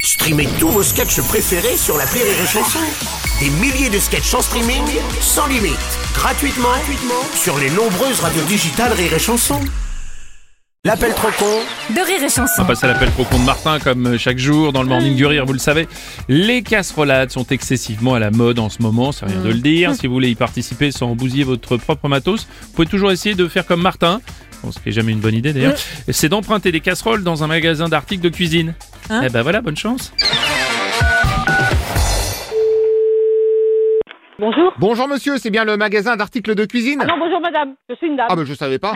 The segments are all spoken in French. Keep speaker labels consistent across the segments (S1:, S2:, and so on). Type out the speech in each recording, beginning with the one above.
S1: Streamez tous vos sketchs préférés sur la Rire et Chanson. Des milliers de sketchs en streaming, sans limite, gratuitement, gratuitement sur les nombreuses radios digitales Rire et Chanson. L'appel trop con
S2: de rire et chanson.
S3: On passe à l'appel pro compte Martin, comme chaque jour dans le Morning du Rire, vous le savez. Les casserolades sont excessivement à la mode en ce moment, c'est rien de le dire. Si vous voulez y participer sans bousiller votre propre matos, vous pouvez toujours essayer de faire comme Martin. Bon, ce qui est jamais une bonne idée d'ailleurs. C'est d'emprunter des casseroles dans un magasin d'articles de cuisine. eh ben voilà, bonne chance.
S4: Bonjour.
S5: Bonjour monsieur, c'est bien le magasin d'articles de cuisine
S4: Ah non, bonjour madame, je suis une dame.
S5: Ah ben je savais pas.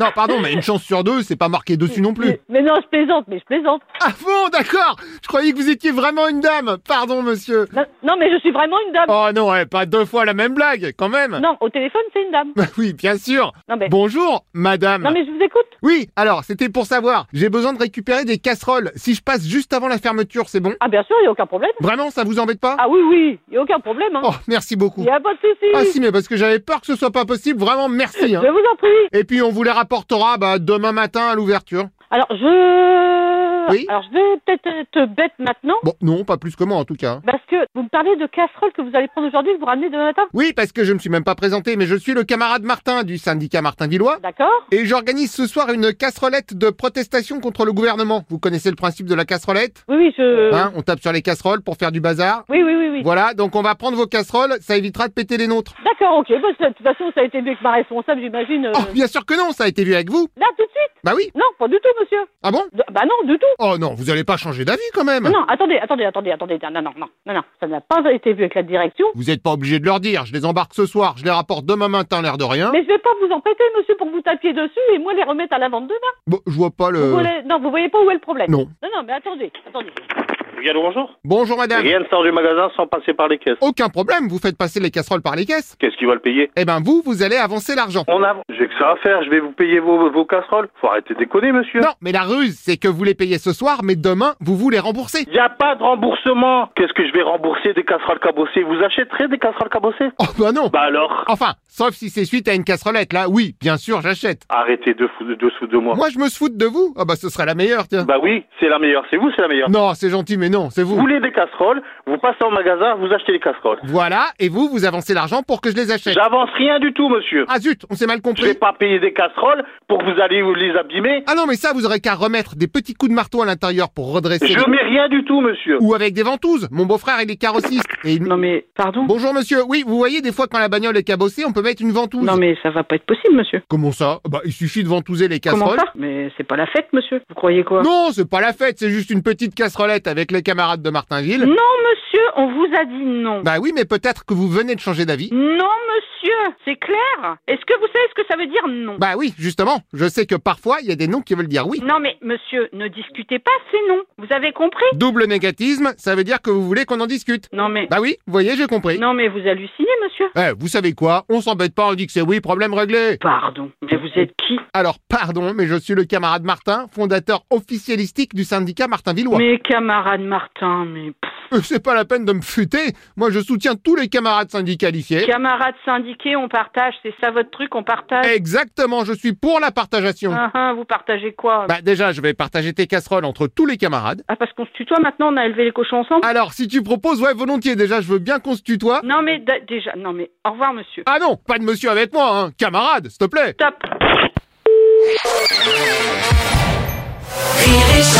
S5: non, pardon, mais une chance sur deux, c'est pas marqué dessus non plus.
S4: Mais, mais non, je plaisante, mais je plaisante.
S5: Ah bon, d'accord Je croyais que vous étiez vraiment une dame. Pardon monsieur.
S4: Non, non, mais je suis vraiment une dame.
S5: Oh non, eh, pas deux fois la même blague, quand même.
S4: Non, au téléphone, c'est une dame.
S5: Bah oui, bien sûr.
S4: Non, mais-
S5: Bonjour madame.
S4: Non, mais je vous écoute.
S5: Oui, alors c'était pour savoir, j'ai besoin de récupérer des casseroles. Si je passe juste avant la fermeture, c'est bon
S4: Ah, bien sûr, il n'y a aucun problème.
S5: Vraiment, ça vous embête pas
S4: Ah oui, oui, il n'y a aucun problème. hein.
S5: Oh, merci
S4: Il
S5: beaucoup.
S4: n'y a pas de souci.
S5: Ah si, mais parce que j'avais peur que ce soit pas possible, vraiment merci. hein.
S4: Je vous en prie.
S5: Et puis on vous les rapportera bah, demain matin à l'ouverture.
S4: Alors, je.
S5: Oui.
S4: Alors, je vais peut-être être bête maintenant.
S5: Bon, non, pas plus que moi en tout cas.
S4: Parce que vous me parlez de casserole que vous allez prendre aujourd'hui, que vous ramenez demain matin.
S5: Oui, parce que je me suis même pas présenté, mais je suis le camarade Martin du syndicat Martin-Villois.
S4: D'accord
S5: Et j'organise ce soir une casserolette de protestation contre le gouvernement. Vous connaissez le principe de la casserolette
S4: Oui, oui, je.
S5: Hein, on tape sur les casseroles pour faire du bazar.
S4: oui, oui, oui, oui.
S5: Voilà, donc on va prendre vos casseroles, ça évitera de péter les nôtres.
S4: D'accord, ok. Bah, de toute façon, ça a été mieux que ma responsable, j'imagine. euh,
S5: Oh, bien sûr que non, ça a été vu avec vous.
S4: Là, tout de suite
S5: Bah oui.
S4: Non, pas du tout, monsieur.
S5: Ah bon
S4: De- Bah non, du tout.
S5: Oh non, vous allez pas changer d'avis quand même.
S4: Non, non, attendez, attendez, attendez, attendez. Non, non, non, non, non, non, ça n'a pas été vu avec la direction.
S5: Vous n'êtes pas obligé de leur dire, je les embarque ce soir, je les rapporte demain matin, l'air de rien.
S4: Mais je vais pas vous empêter, monsieur, pour que vous tapiez dessus et moi les remettre à la vente demain.
S5: Bon, je vois pas
S4: Vous
S5: le...
S4: voulez- Non, vous voyez pas où est le problème.
S5: Euh. Non.
S4: Non, non, mais attendez, attendez.
S6: Bien le bonjour.
S5: Bonjour madame.
S6: Rien ne sort du magasin sans passer par les caisses.
S5: Aucun problème, vous faites passer les casseroles par les caisses.
S6: Qu'est-ce qui va le payer
S5: Eh ben vous, vous allez avancer l'argent.
S6: On a. J'ai que ça à faire, je vais vous payer vos, vos casseroles. Faut arrêter de déconner, monsieur.
S5: Non, mais la ruse, c'est que vous les payez ce soir, mais demain, vous vous les remboursez.
S6: Y a pas de remboursement. Qu'est-ce que je vais rembourser des casseroles cabossées Vous achèterez des casseroles cabossées
S5: Oh bah non
S6: Bah alors
S5: Enfin, sauf si c'est suite à une casserolette, là, oui, bien sûr, j'achète.
S6: Arrêtez de fou- de dessous de moi.
S5: Moi, je me fous de vous Ah bah ce serait la meilleure, tiens.
S6: Bah oui, c'est la meilleure. C'est vous, c'est la meilleure.
S5: Non, c'est gentil, mais non, c'est
S6: Vous
S5: vous.
S6: voulez des casseroles Vous passez au magasin, vous achetez les casseroles.
S5: Voilà, et vous, vous avancez l'argent pour que je les achète.
S6: J'avance rien du tout, monsieur.
S5: Ah zut, on s'est mal
S6: Je vais
S5: compris.
S6: pas payer des casseroles pour que vous allez vous les abîmer.
S5: Ah non, mais ça, vous aurez qu'à remettre des petits coups de marteau à l'intérieur pour redresser. les-
S6: Je mets rien du tout, monsieur.
S5: Ou avec des ventouses. Mon beau-frère, il est carrossiste. Et il-
S7: Non mais pardon.
S5: Bonjour monsieur, oui, vous voyez, des fois, quand la bagnole est cabossée, on peut mettre une ventouse.
S7: Non mais ça va pas être possible, monsieur.
S5: Comment ça Bah, il suffit de ventouser les casseroles.
S7: Comment ça Mais c'est pas la fête, monsieur. Vous croyez quoi
S5: Non, c'est pas la fête, c'est juste une petite casserolette avec les camarades de Martinville.
S7: Non, monsieur, on vous a dit non.
S5: Bah oui, mais peut-être que vous venez de changer d'avis.
S7: Non, monsieur, c'est clair. Est-ce que vous savez ce que ça veut dire non
S5: Bah oui, justement, je sais que parfois, il y a des noms qui veulent dire oui.
S7: Non mais monsieur, ne discutez pas, c'est non. Vous avez compris
S5: Double négatisme, ça veut dire que vous voulez qu'on en discute.
S7: Non mais
S5: Bah oui, vous voyez, j'ai compris.
S7: non mais vous hallucinez, monsieur.
S5: Eh, vous savez quoi On s'embête pas, on dit que c'est oui, problème réglé.
S7: Pardon, mais vous êtes qui
S5: Alors, pardon, mais je suis le camarade Martin, fondateur officialistique du syndicat Martinvillois.
S7: Mes camarades Martin, mais pff,
S5: Euh, C'est pas la peine de me futer, moi je soutiens tous les camarades syndicalifiés.
S7: camarades syndiqués, on partage. C'est ça votre truc, on
S4: Ah.
S7: partage.
S5: Eh, Exactement, je suis pour la partagation.
S7: Ah, ah, vous partagez quoi
S5: Bah déjà, je vais partager tes casseroles entre tous les camarades.
S7: Ah parce qu'on se tutoie maintenant, on a élevé les cochons ensemble.
S5: Alors, si tu proposes, ouais, volontiers, déjà, je veux bien qu'on se tutoie.
S7: Non mais d- déjà, non mais au revoir, monsieur.
S5: Ah non, pas de monsieur avec moi, hein, camarade, s'il te plaît
S7: Top.
S1: Rire et Chanson